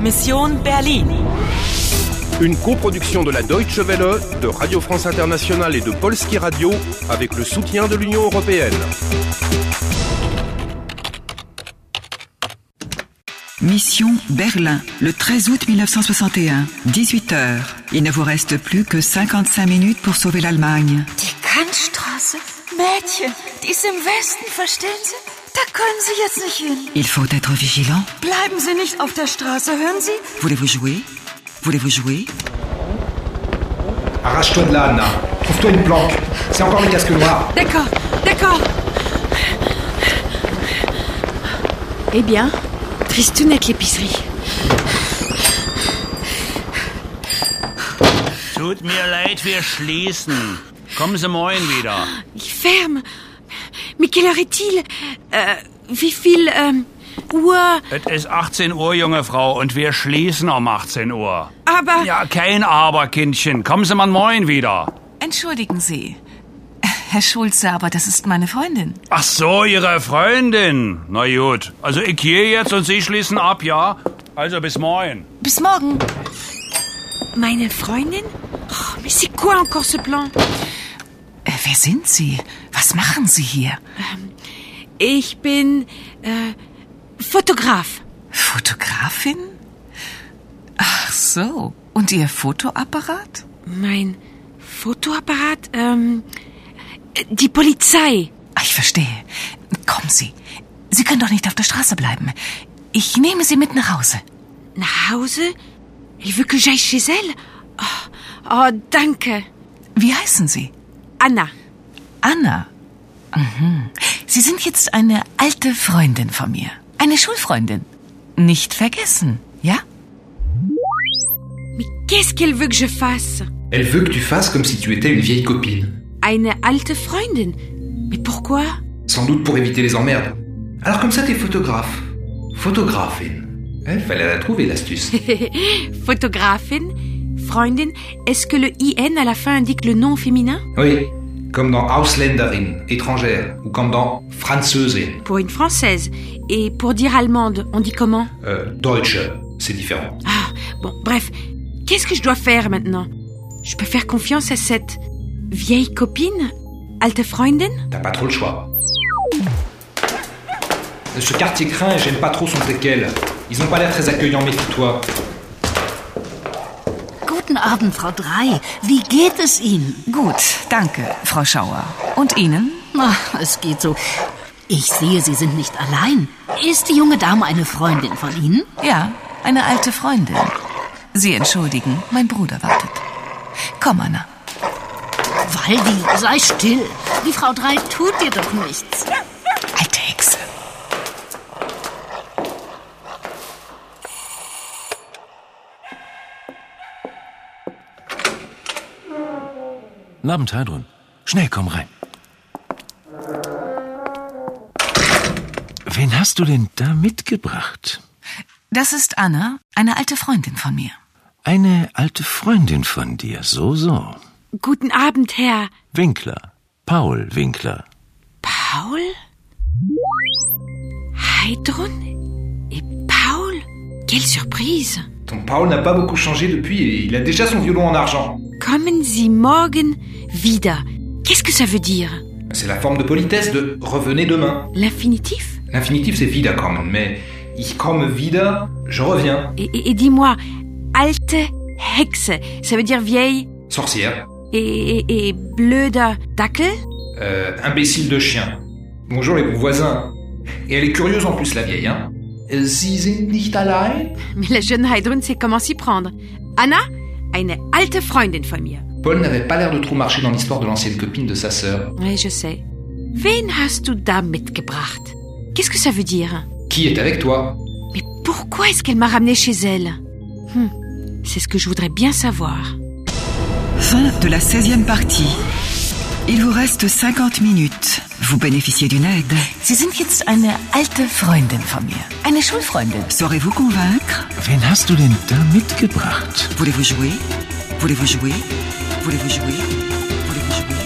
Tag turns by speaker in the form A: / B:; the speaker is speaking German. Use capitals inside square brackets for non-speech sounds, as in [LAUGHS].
A: Mission Berlin.
B: Une coproduction de la Deutsche Welle, de Radio France Internationale et de Polski Radio avec le soutien de l'Union européenne.
C: Mission Berlin, le 13 août 1961, 18h. Il ne vous reste plus que 55 minutes pour sauver l'Allemagne.
D: Die Kantstraße? Mädchen, die ist im Westen, verstehen Sie? Da können Sie jetzt nicht hin.
C: Il faut être vigilant.
D: Bleiben Sie nicht auf der Straße, hören Sie?
C: Voulez-vous jouer Voulez-vous jouer
E: Arrache-toi de là, Anna. Trouve-toi une planque. C'est encore le casque noir.
D: D'accord, d'accord.
F: Eh bien, Tristounette l'épicerie.
G: Tut mir leid, wir schließen. Kommen Sie morgen wieder.
F: Il ferme. Mais quelle heure est-il Euh,
D: äh,
F: wie viel, ähm, Uhr?
G: Es ist 18 Uhr, junge Frau, und wir schließen um 18 Uhr.
F: Aber
G: Ja, kein Aber, Kindchen. Kommen Sie mal morgen wieder.
A: Entschuldigen Sie. Herr Schulze, aber das ist meine Freundin.
G: Ach so, Ihre Freundin. Na gut. Also ich gehe jetzt und Sie schließen ab, ja? Also bis morgen.
A: Bis morgen.
F: meine Freundin? Oh, mais c'est quoi encore ce plan?
A: Äh, wer sind Sie? Was machen Sie hier?
F: Ich bin äh, Fotograf.
A: Fotografin? Ach so. Und Ihr Fotoapparat?
F: Mein Fotoapparat, ähm, die Polizei.
A: Ah, Ich verstehe. Kommen Sie. Sie können doch nicht auf der Straße bleiben. Ich nehme Sie mit nach Hause.
F: Nach Hause? Ich will que j'aille chez elle. Oh, oh, danke.
A: Wie heißen Sie?
F: Anna.
A: Anna. Mhm. Sie sind jetzt eine alte Freundin von mir. Eine Schulfreundin. Nicht vergessen, ja?
F: Mais qu'est-ce qu'elle veut que je fasse
E: Elle veut que tu fasses comme si tu étais une vieille copine.
F: Eine alte Freundin. Mais pourquoi
E: Sans doute pour éviter les emmerdes. Alors comme ça, t'es photographe. Photographin. Eh, fallait la trouver, l'astuce. [LAUGHS]
F: Photographin Freundin Est-ce que le IN à la fin indique le nom féminin
E: Oui, comme dans Ausländerin, étrangère, ou comme dans Französin,
F: Pour une Française. Et pour dire allemande, on dit comment
E: euh, Deutsche, c'est différent.
F: Ah, bon, bref. Qu'est-ce que je dois faire maintenant Je peux faire confiance à cette vieille copine Alte Freundin
E: T'as pas trop le choix. Ce quartier craint et j'aime pas trop son teckel. Ils ont pas l'air très accueillants, méfie-toi.
H: Guten Abend, Frau Drei. Wie geht es Ihnen?
C: Gut, danke, Frau Schauer. Und Ihnen?
H: Ach, es geht so. Ich sehe, Sie sind nicht allein. Ist die junge Dame eine Freundin von Ihnen?
C: Ja, eine alte Freundin. Sie entschuldigen, mein Bruder wartet. Komm, Anna.
H: Waldi, sei still. Die Frau Drei tut dir doch nichts.
C: Alte Hexe.
I: Guten Abend, Heidrun. Schnell, komm rein. Wen hast du denn da mitgebracht?
C: Das ist Anna, eine alte Freundin von mir.
I: Eine alte Freundin von dir, so, so.
F: Guten Abend, Herr.
I: Winkler. Paul Winkler.
F: Paul Heidrun Et Paul Quelle surprise
E: Ton Paul n'a pas beaucoup changé depuis et il a déjà son violon en argent.
F: Kommen Sie morgen wieder. Qu'est-ce que ça veut dire
E: C'est la forme de politesse de revenez demain.
F: L'infinitif
E: L'infinitif c'est wieder kommen, mais ich komme wieder, je reviens.
F: Et, et- et dis-moi, alte Hexe, ça veut dire vieille
E: Sorcière,
F: et, et, et blöder Dackel
E: euh, imbécile de chien. Bonjour les bons voisins. Et elle est curieuse en plus la vieille, hein. Euh, Sie sind nicht allein
F: Mais la jeune Heidrun sait comment s'y prendre. Anna, eine alte Freundin von mir.
E: Paul n'avait pas l'air de trop marcher dans l'histoire de l'ancienne copine de sa sœur.
F: Oui, je sais. Wen hast du da mitgebracht Qu'est-ce que ça veut dire
E: Qui est avec toi
F: Mais pourquoi est-ce qu'elle m'a ramenée chez elle Hmm, C'est ce que je voudrais bien savoir.
C: Fin de la 16e partie. Il vous reste 50 minutes. Vous bénéficiez d'une aide. Sie sind jetzt eine alte Freundin von mir. Eine Schulfreundin. Saurez-vous convaincre?
I: Wen hast du denn da mitgebracht?
C: Voulez-vous jouer? Voulez-vous jouer? Voulez-vous jouer? Voulez-vous jouer?